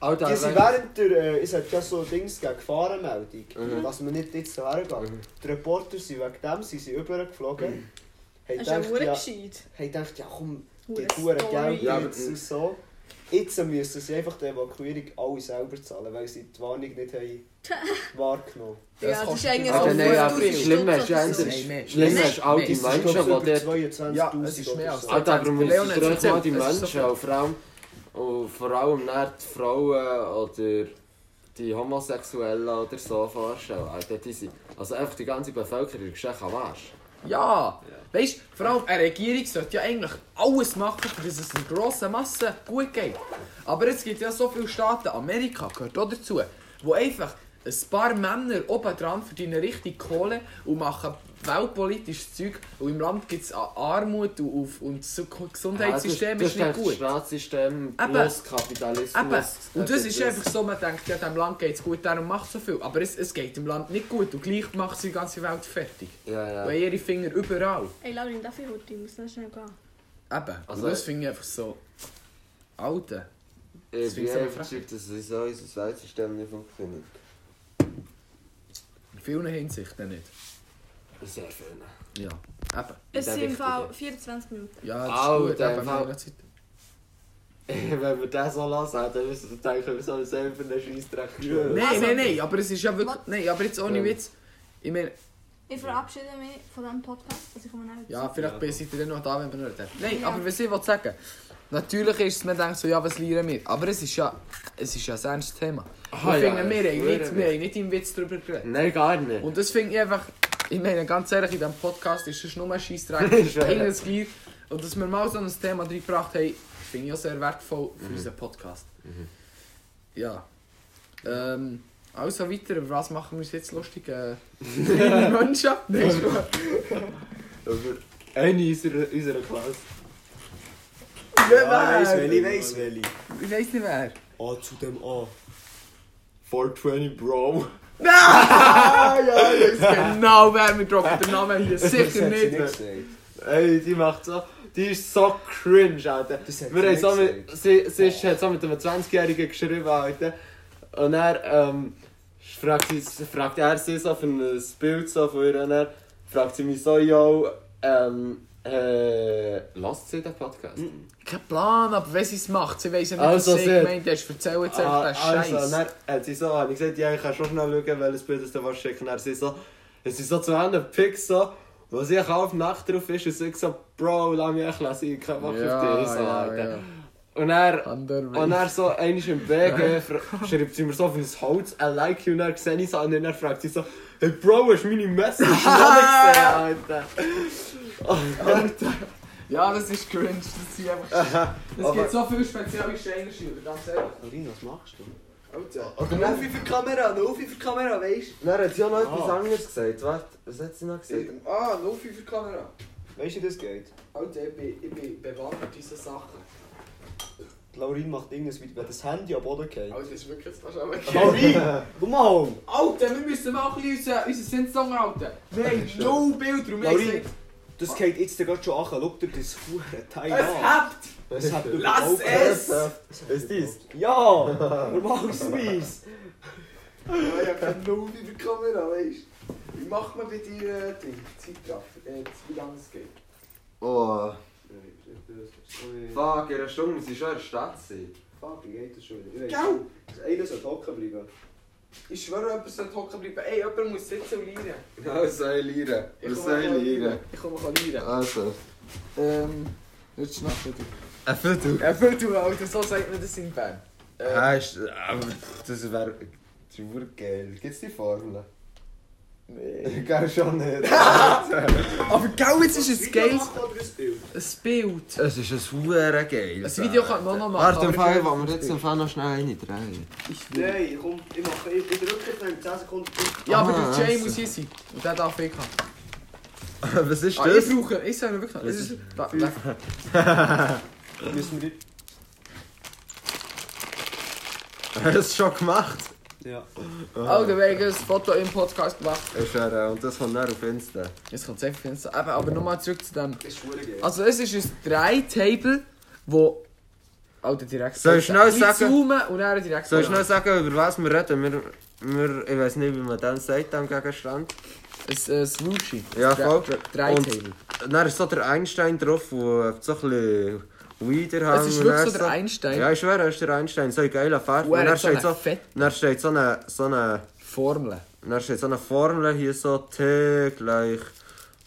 Alter, Die sind wenn- während der, äh, es hat ja so Dings gegeben, Gefahrenmeldung, Mhm. dass man nicht jetzt so hergeht. Mhm. Die Reporter sind wegen dem, sie sind übergeflogen. Mhm. Das Haben ist ja gedacht, verdammt ja, gescheit. haben gedacht, ja komm, die Hure Touren Story. Geld Ja, aber- jetzt und so. Jetzt müssen sie einfach die Evakuierung alle selber zahlen, weil sie die Warnung nicht haben wahrgenommen Ja, das ist kostet eigentlich mich auch Alter, so Also, nein, sehr aber viel. das Schlimme ist ja Stutz oder so. Nein, eigentlich, nein. Schlimm ist all Nein, die es ist, haben. Menschen, die über dort... 22'000 Ja, es ist mehr oder als- so. Alter, aber man muss Leonard, sich mal die erzähl, es ist so Menschen, viel. und vor allem, und vor allem nicht die Frauen oder die Homosexuellen oder so vorstellen. Alter, die sind, also einfach die ganze Bevölkerung ist echt am Arsch. Ja, weißt du, vor allem eine Regierung sollte ja eigentlich alles machen, dass es in grossen Massen gut geht. Aber es gibt ja so viele Staaten, Amerika gehört auch dazu, wo einfach ein paar Männer obendran verdienen richtig Kohle und machen weltpolitisches Zeug. Und im Land gibt es Armut und, und, und das Gesundheitssystem das, ist nicht gut. Das Staatssystem Eben. plus Kapitalismus. Also, Eben. Und das ist einfach so, man denkt, ja, dem Land geht es gut, darum macht so viel. Aber es, es geht dem Land nicht gut und gleich macht sie die ganze Welt fertig. Ja, Weil ja. ihre Finger überall. Ey, Laurin, darf ich heute? Ich muss noch schnell gehen. Eben. Also- und das finde ich einfach so. Alter. Ich bin find's aber überzeugt, dass sowieso unser Staatssystem nicht funktioniert. In vielen Hinsichten nicht. Sehr schön. Ja. Eben. Es der sind im Richtige. Fall 24 Minuten. Ja, das Alter, ist gut. Eben, im wir Fall- haben noch Zeit. Wenn wir das so lassen, dann müssen- dann denken wir so einen selber einen Scheissdreck. Ja. Nein, Also- nein, nein, aber es ist ja wirklich. Was? Nein, aber jetzt ohne Ja. Witz. Ich meine, Ich verabschiede mich von diesem Podcast. Also ich komme nicht ja, vielleicht Ja, bin- seid ihr dann noch da, wenn wir nicht haben. Nein, Ja. aber was ich will sagen, natürlich ist es, man denkt so, ja, was lernen wir? Aber es ist ja, es ist ja ein ernstes Thema. Aha, ich ja, finde, wir, das haben ist nicht, verdammt. wir haben nicht im Witz darüber geredet. Nein, gar nicht. Und das finde ich einfach, ich meine, ganz ehrlich, in diesem Podcast ist es nur ein Scheissdreck, Ist wahr. irgendein Glied. Und dass wir mal so ein Thema reingebracht haben, finde ich auch sehr wertvoll für Mhm. unseren Podcast. Ja. Ähm, also weiter, über was machen wir uns jetzt lustig? Äh, kleine Menschen? Nein, ist wahr. Aber eine unserer, unserer Klasse. Ja, ich weiss welche, ich weiss welche. ich weiß nicht wer. A zu dem A. 420 Bro. Ah ja, ich weiß genau wer wir droppen. Den Namen haben wir sicher nicht. ne? Ey, die macht so. Die ist so cringe, Alter. Das hat Wir sie haben so nicht mit, sie sie ist, hat so mit einem 20-Jährigen geschrieben, Alter. Und er ähm, fragt, sie, fragt er sie so für ein Bild so von ihr. Und er fragt sie mich so, yo, ähm, äh, lasst sie den Podcast? Kein Plan, aber wenn sie es macht, sie weiss ja nicht, Also, was sie sie- gemeint hast. Erzähl jetzt einfach Ah, den also, Scheiß. und dann hat sie so, habe ich gesagt, ja, ich kann schon schnell schauen, welches Bild es dir was schicken. Er sie so, es sind so zwei Hände Pics so, wo sie auf die Nacht drauf ist und sie so, Bro, lass mich echt lassen, ich kann Bock auf dich, so, Alter. Oh, Und er, und Underway. er so, einmal im Weg, fra- schreibt sie mir so auf ein Holz, I like you, und dann sehe ich so, und dann fragt sie so, hey Bro, hast du meine Message noch nicht gesehen, Alter? Ja, das ist cringe. Das sind einfach. Es gibt so viele spezielle Scheinschüler, ganz ehrlich. Corinne, was machst du? Oder Auf für die Kamera, auf für die Kamera, weißt du? dann genau. hat sie auch noch etwas anderes gesagt, warte, was hat sie noch Ah, 05er Kamera. Weißt du, wie das geht? Alter, ich bin, ich bin bewandert in diesen Sachen. Die Laurin macht irgendwas mit, wenn das Handy am Boden geht. Alter, das ist wirklich fast aber Laurin, komm mal home! Alter, wir müssen mal ein bisschen unseren unseren Sinn zusammenhalten. Wir haben null Bilder und wir haben Laurin, gesagt, Das geht jetzt gerade schon an, schau dir das verdammte Teil es an. habt! Es hat Lass überhaupt- es! Ist dies? Ja, normalerweise. Ja, ich hab keine Null über die Kamera, weißt du? Wie macht man bei dir äh, Ding? Zeitraffer? Äh, wie lange es geht? Oh. Fuck, in einer Stunde muss ich schon in der Stadt sein. Fuck, wie geht das schon wieder? Ich weiss. Gau! Einer soll hocken bleiben. Ich schwöre, jemand sollte hocken bleiben. Ey, jemand muss sitzen und leiden. Also, ich leide. Ich Was soll ich leiden? Ich komme auch leiden. Also. Ähm, jetzt schnapp bitte. Ein Viertel. Ein Viertel, Alter, so sagt man das in Bern. Äh, Hast Ah, aber das wäre... Das wäre geil. Gibt's die Formel? nee. Ich glaube schon nicht. Aber gell, jetzt ist es geil. oder ein Bild? Ein Bild. Es ist ein hure geil. Ein Video kann man auch noch machen. Warte, im aber- Fall, wollen wir jetzt im Fall noch schnell eine drehen. Nein, komm, ich mache, ich ich drücke jetzt in 10 Sekunden. Ja, aber Ah, der Jay also. muss hier sein. Und der darf weg haben. Was ist Ah, ich brauche, ich sage wirklich, das ist... Da, da. Müssen wir nicht. Hast du es schon gemacht? Ja. Ah. Alter, wegen ein Foto im Podcast gemacht. Ist er, äh, und das kommt dann auf Insta. Jetzt kommt es einfach ins... Eben, aber nochmal zurück zu dem... Das ist schwierig, ey. Also es ist ein Drei-Table, wo... Oh, Alter, direkt... Soll ich schnell Ein bisschen sagen? zoomen und dann direkt... Soll ich noch sagen, über was wir reden? Wir, wir, ich weiß nicht, wie man das sagt am Gegenstand. Ein äh, Slushi. Ja, nou, Dre- voll. Dre- Drei-Table. Und dann ist so der Einstein eh, drauf, der so ein bisschen weiter Es ist wirklich so der Einstein. Ja, ich schwöre, er ist der Einstein. So eine geile Farbe. Und er dann hat so steht eine so, fette dann steht so eine, so eine, Formel. dann steht so eine Formel hier so T gleich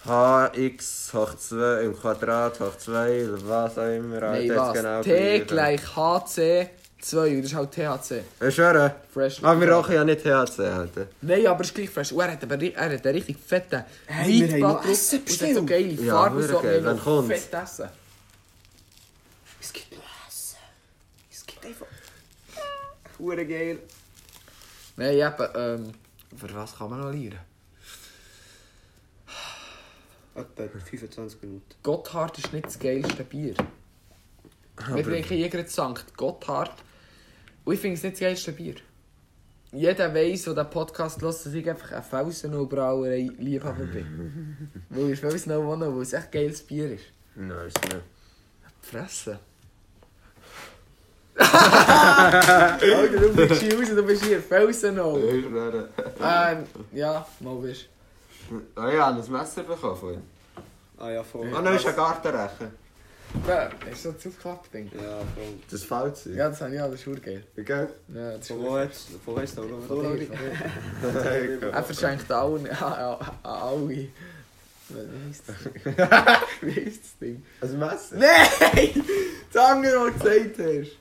hx hoch 2 im Quadrat hoch 2 oder was auch immer. Nein, Alter, jetzt was? T gleich. gleich HC 2. Das ist halt THC. Ich schwöre. Fresh. Aber wir rauchen ja nicht THC. Alter. Nein, aber es ist gleich fresh. Oh, Und er hat, aber, ri- er hat einen richtig fetten Hey, wir haben noch Weitbad drauf. Essen Und es hat so bestellt. geile Ja, Farben. und so. wirklich, Wir haben wann noch kommt's? fett Essen. Es gibt noch Essen. Es gibt einfach. Hure geil. Nein, eben, ähm... Für was kann man noch lernen? Etwa 25 Minuten. Gotthard ist nicht das geilste Bier. Wir trinken hier gerade Sankt Gotthard. Und ich finde es nicht das geilste Bier. Jeder weiss, der diesen Podcast hört, dass ich einfach ein Felsen- und Brauerei-Liebhaber bin. weil ich weiß noch wann, weil es echt geiles Bier ist. Nein, ist nicht. Fresse. Alter, du bist hier raus, du bist hier Felsen auch. Ich schwöre. Ähm, ja, mal bist Nou Ah ja, ich habe ein Messer bekommen von ihm. Ah ja, voll. Oh, nou Ah nein, ist ein Gartenrechen. Ja, ist so das Aufklappding. Ja, voll. Das ist falsch. Ja, das habe ich auch, das ist urgeil. Okay? Ja, das ist Von wo jetzt? Von wo jetzt? Von dir, von dir. Er verschenkt allen, a- a- a- alle. Wie heisst das? Wie heisst das Ding? Ein Messer? Nein! Das andere, was du gesagt hast.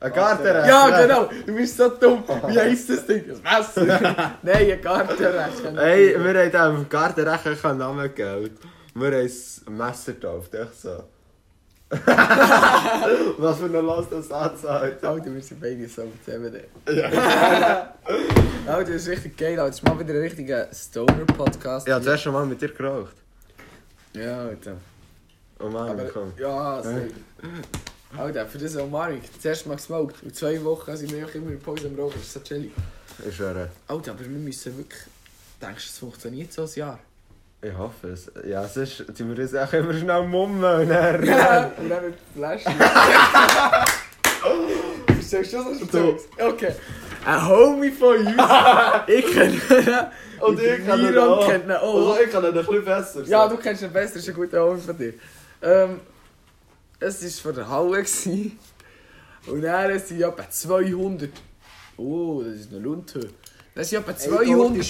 Ein Gartenrecht? Ja, genau. Du bist so dumm. Wie heisst das Ding? Das Messer. Nein, ein Gartenrecht. Hey, wir haben dem Gartenrecht keinen Namen gegeben. Wir haben es Messer getauft, echt so. Was für ein Last das anzahlt. Alter, wir sind beide so zusammen. Ja. Alter, das ist richtig geil. Alter. Das ist mal wieder ein richtiger Stoner-Podcast. Ja, zuerst schon mal mit dir geraucht. Ja, Alter. Oh Mann, Aber, komm. ja, safe. Alter, für das Umarmung. Zuerst mal gesmoked. Und zwei Wochen sind wir auch immer in Pause am Rauchen. Das ist so chillig. Ich schwöre. Alter, aber wir müssen wirklich... Denkst du, es funktioniert so ein Jahr? Ich hoffe es. Ja, sonst tun wir uns auch immer schnell mummen. Und dann Und dann wird die Flasche... Verstehst du das? So. Okay. Ein Homie von uns. ich kenne ihn. Oh, Und ich kann ihn Miron auch. kennt ihn auch. Also, ich kann ihn ein bisschen besser. oh. Ja, so. du kennst ihn besser, ist ein guter Homie von dir. Ähm, es war von der Halle. Gewesen. Und dann waren etwa 200. Oh, das ist eine Lundhöhe. Das sind etwa 200.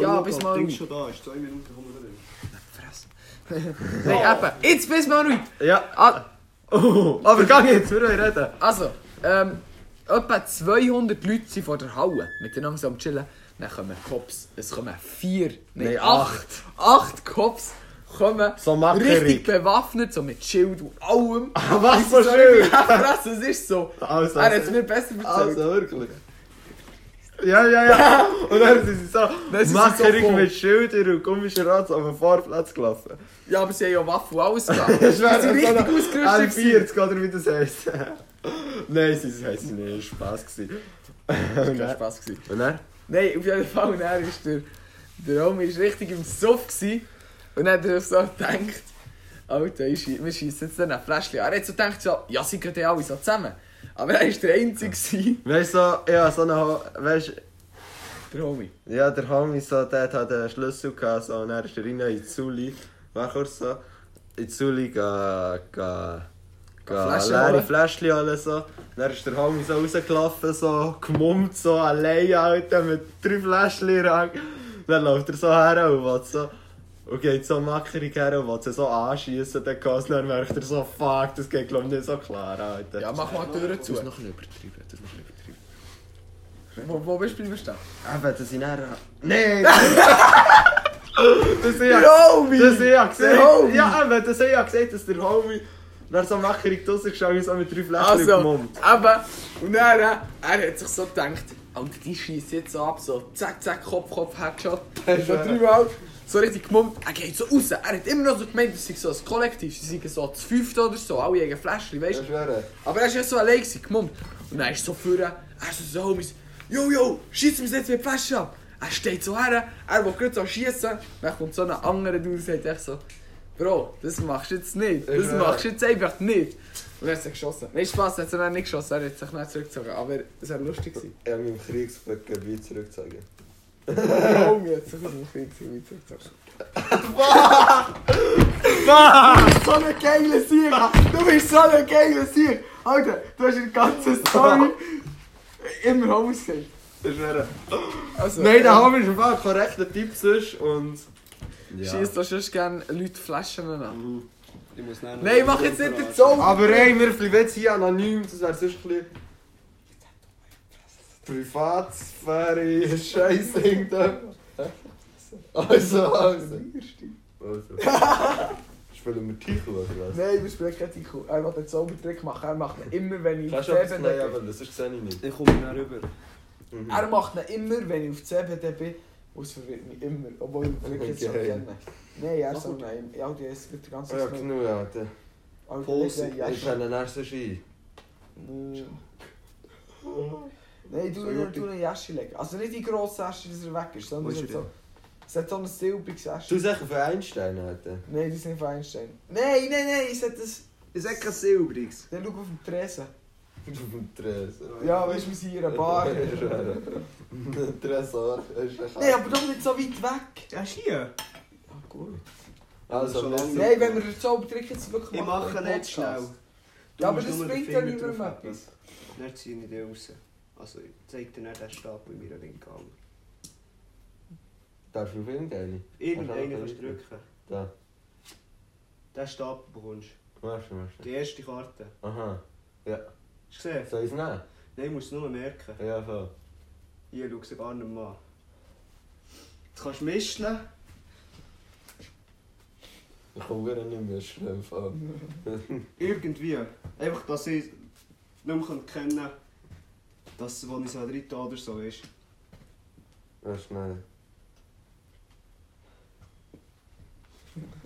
ja, bis mal Ding ruhig. schon da, ist zwei Minuten, kommen wir da rein. Nein, eben. Jetzt bis mal ruhig. Ja. Ah, Oh, aber geh jetzt, wir wollen reden. Also, ähm, etwa 200 Leute sind vor der Halle. Miteinander so am Chillen. Dann kommen Cops. Es kommen vier. Nein, Nein, acht. Acht Cops kommen. So mackerig. Richtig bewaffnet, so mit Schild und allem. Das Was ist so richtig krass, es ist so. Also, Er hat es mir besser erzählt. also, wirklich. Ja, ja, ja. Und dann sind sie so Dann sind sie mackerig so voll. mit Schildern und komischen Rats auf den Vorplatz gelaufen. Ja, aber sie haben ja Waffen und alles gehabt. Das Sie sind richtig ausgerüstet. gewesen. L40 oder wie das heisst. Nein, sie sie heisst nicht, es war Spass. gewesen. Das war kein Spass. Gewesen. Und dann? Nein, auf jeden Fall, und er ist der, der Homie ist richtig im Suff gewesen. Und dann hat er so gedacht, Alter, ich schie- wir schießen jetzt dann ein Fläschchen. an. Er hat so gedacht, so, ja, sie gehen ja alle so zusammen. Aber er war der Einzige, gewesen, Weißt du, so, ja, so eine, Ho- weißt, der Homie. ja, der Homie so, der hat halt einen Schlüssel gehabt, so, und er ist er rein in die Zuli. War kurz so, in die Zuli gehen, gehen, gehen, Flaschen leere holen. Fläschchen holen, so. Dann ist der Homie so rausgelaufen, so, gemummt, so, allein, Alter, mit drei Fläschchen in der Hand. Dann läuft er so her und will so, und geht so mackerig her und will sie so anschiessen, den Kassel, dann merkt er so, fuck, das geht, glaub ich, nicht so klar, Alter. Ja, mach mal die Türen zu. noch nicht übertrieben, das ist noch nicht übertrieben. Wo, wo bist du bleiben stehen? Eben, das sind er. Nein! das ist ja. Der Homie! Das ist ja Der gesagt. Homie! Ja, eben, das ist ja gesagt, dass der Homie. Nach so mackerig draussen geschaut ist, auch mit drei Flaschen im Also, Mund. aber, und dann, äh, er hat sich so gedacht, Alter, die schießt jetzt so ab, so zack, zack, Kopf, Kopf, Headshot. So dreimal, so richtig gemummt, er geht so raus. Er hat immer noch so gemeint, das sei so ein Kollektiv, sie seien so zu fünft oder so, alle haben ein Fläschchen, weißt du? schwöre. Aber er war ja so allein, gewesen, gemummt. Und dann ist so vorne, er so so Homies, yo, yo, schießt mich jetzt mit Flaschen ab. Er steht so her, er will gerade so schießen, dann kommt so ein anderer Dude und sagt echt so, Bro, das machst du jetzt nicht, das schwöre. machst du jetzt einfach nicht. Und er hat sich geschossen. Nein, Spaß, er hat sich dann nicht geschossen, er hat sich nicht zurückgezogen, aber es war lustig. gewesen. Ich habe meinem Kriegsgebiet zurückgezogen. Der Junge Oh, hat sich aus dem Krieg zurückgezogen. So ein geiler Sieg! Du bist so ein geiler Sieg! Alter, du hast in der ganzen Story immer Homies gesagt. Ich schwöre. Also, Nein, der ähm, Homie ist im Fall ein korrekter Typ sonst und. Ja. Schießt doch sonst gerne Leute Flaschen an. Mhm. Ich muss nachher noch- Nein, mach jetzt nicht den Zoll! Aber ey, wir bleiben jetzt hier anonym, das wäre sonst ein bisschen. Privatsphäre, ist Scheiß irgendetwas. Also, also. Also. Spielen wir Tichel oder was? Nein, wir sprechen keinen Tico. Er will den Zaubertrick machen. Er macht ihn nou immer, wenn ich auf Kannst die CBD du etwas nehmen, bin. aber das ist sehe ich nicht. Mhm. Ich komme nachher rüber. Er macht ihn nou immer, wenn ich auf die CBD bin. Und es verwirrt mich immer. Obwohl ich ihn wirklich so Okay. kenne. Nein, er soll nein. Ja, nou, die ist mit der ganzen Oh ja, genug, Alter. Oh, Alter, ja, Ich kann den ersten Ski. Nein, du du eine Jasche legen. Also nicht die grosse Jasche, dass er weg ist, sondern Wo ist er so. Es hat so eine silbiges Du Jasche. sagst auf Einstein, Alter. Nein, die sind von Einstein. Nein, nein, nein, es hat das. Ist echt kein Silbriges. Dann schau auf den Tresen. Du bist Tresor. Ja, weißt du, wir sind hier eine Bar. Tresor. ist ein Nein, aber doch nicht so weit weg. Ja, ist hier. Ah, gut. Also, Schon wir lange. sind- Nein, wenn wir den Zaubertrick jetzt wirklich Ich machen, mache einen nicht Podcast. schnell. Ja, aber das bringt ja nicht niemandem mehr etwas. Dann ziehe ich den raus. Also, ich zeig dir nicht den Stab in meiner linken Hand. Darf ich auf irgendeine? Irgendeinen Kannst kannst du du auch drücken. Da. Den Stab bekommst Machst du, machst du. du. Die erste Karte. Aha. Hast du gesehen? Soll ich es nehmen? Nein, ich muss es nur merken. Ja, voll. Hier, schau sie gar nicht mehr an. Jetzt kannst du mischen. Ich komme gar nicht mehr schlimm vor. Irgendwie. Einfach, dass ich nicht mehr kennen kann, dass es, wo ich so dritte oder so ist. Ja, schnell.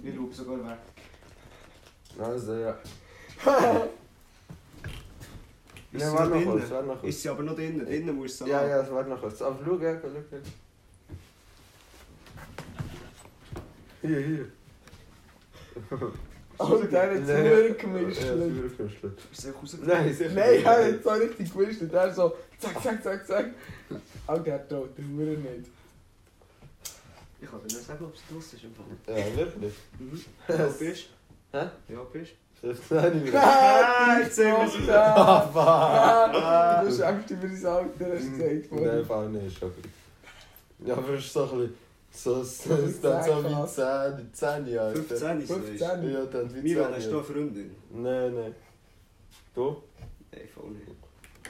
Ich schaue sogar weg. Also, ja. Ist Ja, sie warte noch noch kurz, drin? warte noch kurz. Ist sie aber noch drinnen. Innen muss sie Ja, an. ja, es warte noch kurz. Aber schau, ja, schau, schau. Hier, hier. Oh, der hat Zuhörer gemischt. Zuhörerkünstler. Ist sie einfach rausgekommen? Nein, sicher. Nein, er hat so richtig gewischt. Und er so, zack, zack, zack, zack. Oh, Auch der tot, der Huren nicht. Ich kann dir nicht sagen, ob es draussen ist. Im Fall. Ja, wirklich. Ja, bist Hä? Ja, bist Das nein, ich Ah, jetzt sehen wir sie. Ah, Du schämst über dein Alter, hast du gesagt. Nein, vorhin. vor allem nicht. schon ein bisschen. Ja, aber es ist so ein bisschen... So, so, es ist dann so wie 10, 10 Jahre. 15 ist es. 15. weisst Ja, dann du. wie 10 Milan, hast du eine Jahre. Freundin? Nein, nein. Du? Nein, voll nicht.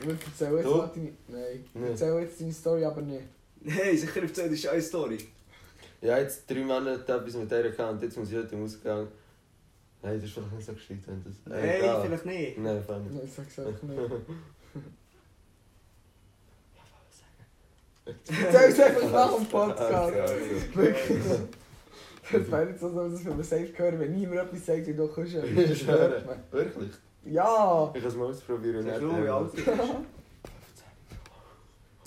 Wir erzählen jetzt Du? mal deine... Nein. Wir Nein. erzählen jetzt deine Story, aber nicht. Nein, sicher erzähl die scheiß Story. Ja, jetzt drei Monate etwas mit der gehabt und jetzt muss ich heute rausgehen. Nein, das ist vielleicht nicht so gescheit, wenn das... Nein, Egal. vielleicht nicht. Nein, fand Nein, sag es einfach nicht. Erzähl es einfach nach dem Podcast. Wirklich. Das wäre jetzt so, dass wir safe hören, wenn niemand etwas sagt, wie du kommst. Das stört mich. Wirklich? Ja! Ich kann es mal ausprobieren. Sagst du nur, wie alt du bist?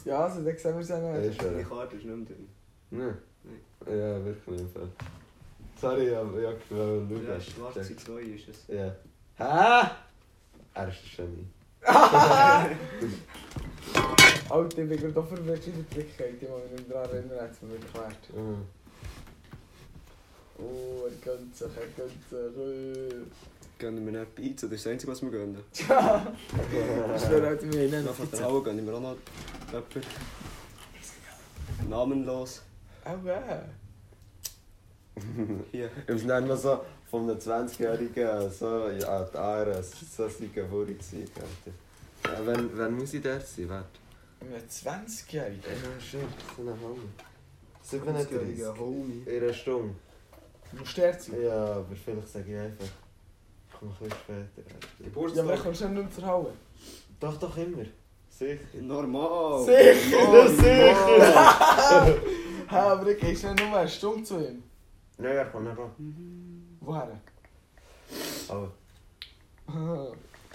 Ja, also dann sehen wir es ja Nein, nicht. ist Deine er. Karte ist nicht mehr drin. Nein. Nein. Ja, wirklich im Fall. Sorry, aber ja, ich will Ja, schauen. schwarze 2 ist es. Ja. Hä? Er ist schon Alter, ich bin gerade auch verwirrt, wie der Trick geht. Ich muss mich nicht daran erinnern, hat es mir erklärt. Oh, er gönnt sich, er gönnt sich. Gönnen wir nicht Pizza, das ist das Einzige, was wir gönnen. Tja! Dus Das ist mir halt im Hinein. Nach Vertrauen gönnen wir auch noch jemanden. Namenlos. Au, ja. Hier. Ich muss nicht noch so von einem 20-Jährigen so ja, die Aare, so sind Gehörig gewesen. Alter. Ja, wenn, wenn muss ich dort sein? Warte. Ein 20-Jähriger. Ja, stimmt, so eine Homie. 37. 37. Homie. In einer Stunde. Du stärkst sein. Ja, aber vielleicht sage ich einfach, ich komme ein bisschen später. Alter. Ja, aber ich kann schon nicht mehr zerhauen. Doch, doch, immer. Sicher. Oh. Normal. Sicher! Normal. sicher. Hä, aber ich gehe schnell nur eine Stunde zu ihm. Nein, ich komme nicht ran. Woher? Aber, Ah,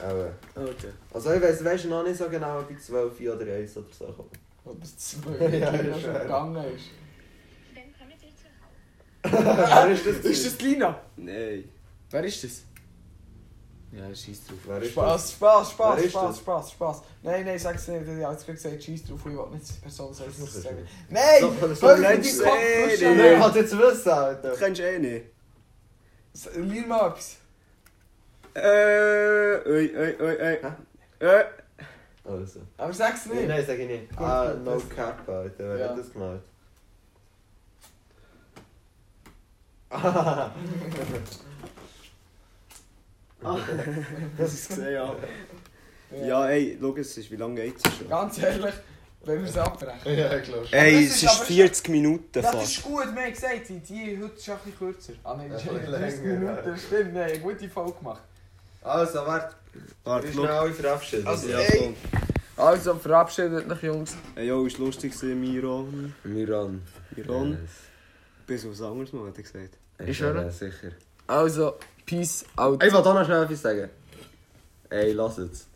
aber. Okay. Also, ich weiss, weiss noch nicht so genau, ob ich 12 oder 1 oder so komme. Ob es zwei Ja, Jahre ist schon wahr. gegangen ist. Wer ist das? Ist das Lina? Nein. Wer ist das? Ja, scheiß drauf. Wer ist Spaß, das? Spaß, Wer Spaß, ist Spaß, das? Spaß, Spaß. Nein, nein, sag's nicht. Ich hab's gerade gesagt, scheiß drauf, ich will nicht die Person sagen, Das was ich ist sagen. nicht. Nein! So, das hör ist auf, nicht die so. Kopfnussel. Nein, ich wollte jetzt wissen, Alter. Du kennst eh nicht. S- Lier mal etwas. Äh, ui, ui, ui, ui. Äh. Also. Aber sag's Nein, nicht. nein, sag ich nicht. Gut, Ah, gut, no das- cap, Alter. Wer Ja. hat das gemacht? Ah, Das ist gesehen, ja. Ja. Ja, ey, schau, es ist, wie lange geht's schon? Ganz ehrlich, wenn wir es abbrechen. ja, ich glaube schon. Das Ey, es ist ist aber 40 Minuten Das fast. ist gut, wir haben gesagt, die die heute ist ein bisschen kürzer. Ah nein, Ja, das ist länger, 30 ja. Minuten, stimmt, wir haben eine gute Folge gemacht. Also, warte. Wir Warte, müssen schau. alle verabschieden. Also, ja. Ah, Ja, komm. Also, verabschiedet mich, Jungs. Ey, yo, ist lustig gewesen, Miro. Miran. Miron. Bis aufs anderes Mal, hat er gesagt. Ist ja, er? ja, sicher. Also, peace out. Ich will auch noch schnell etwas sagen. Ey, lass es.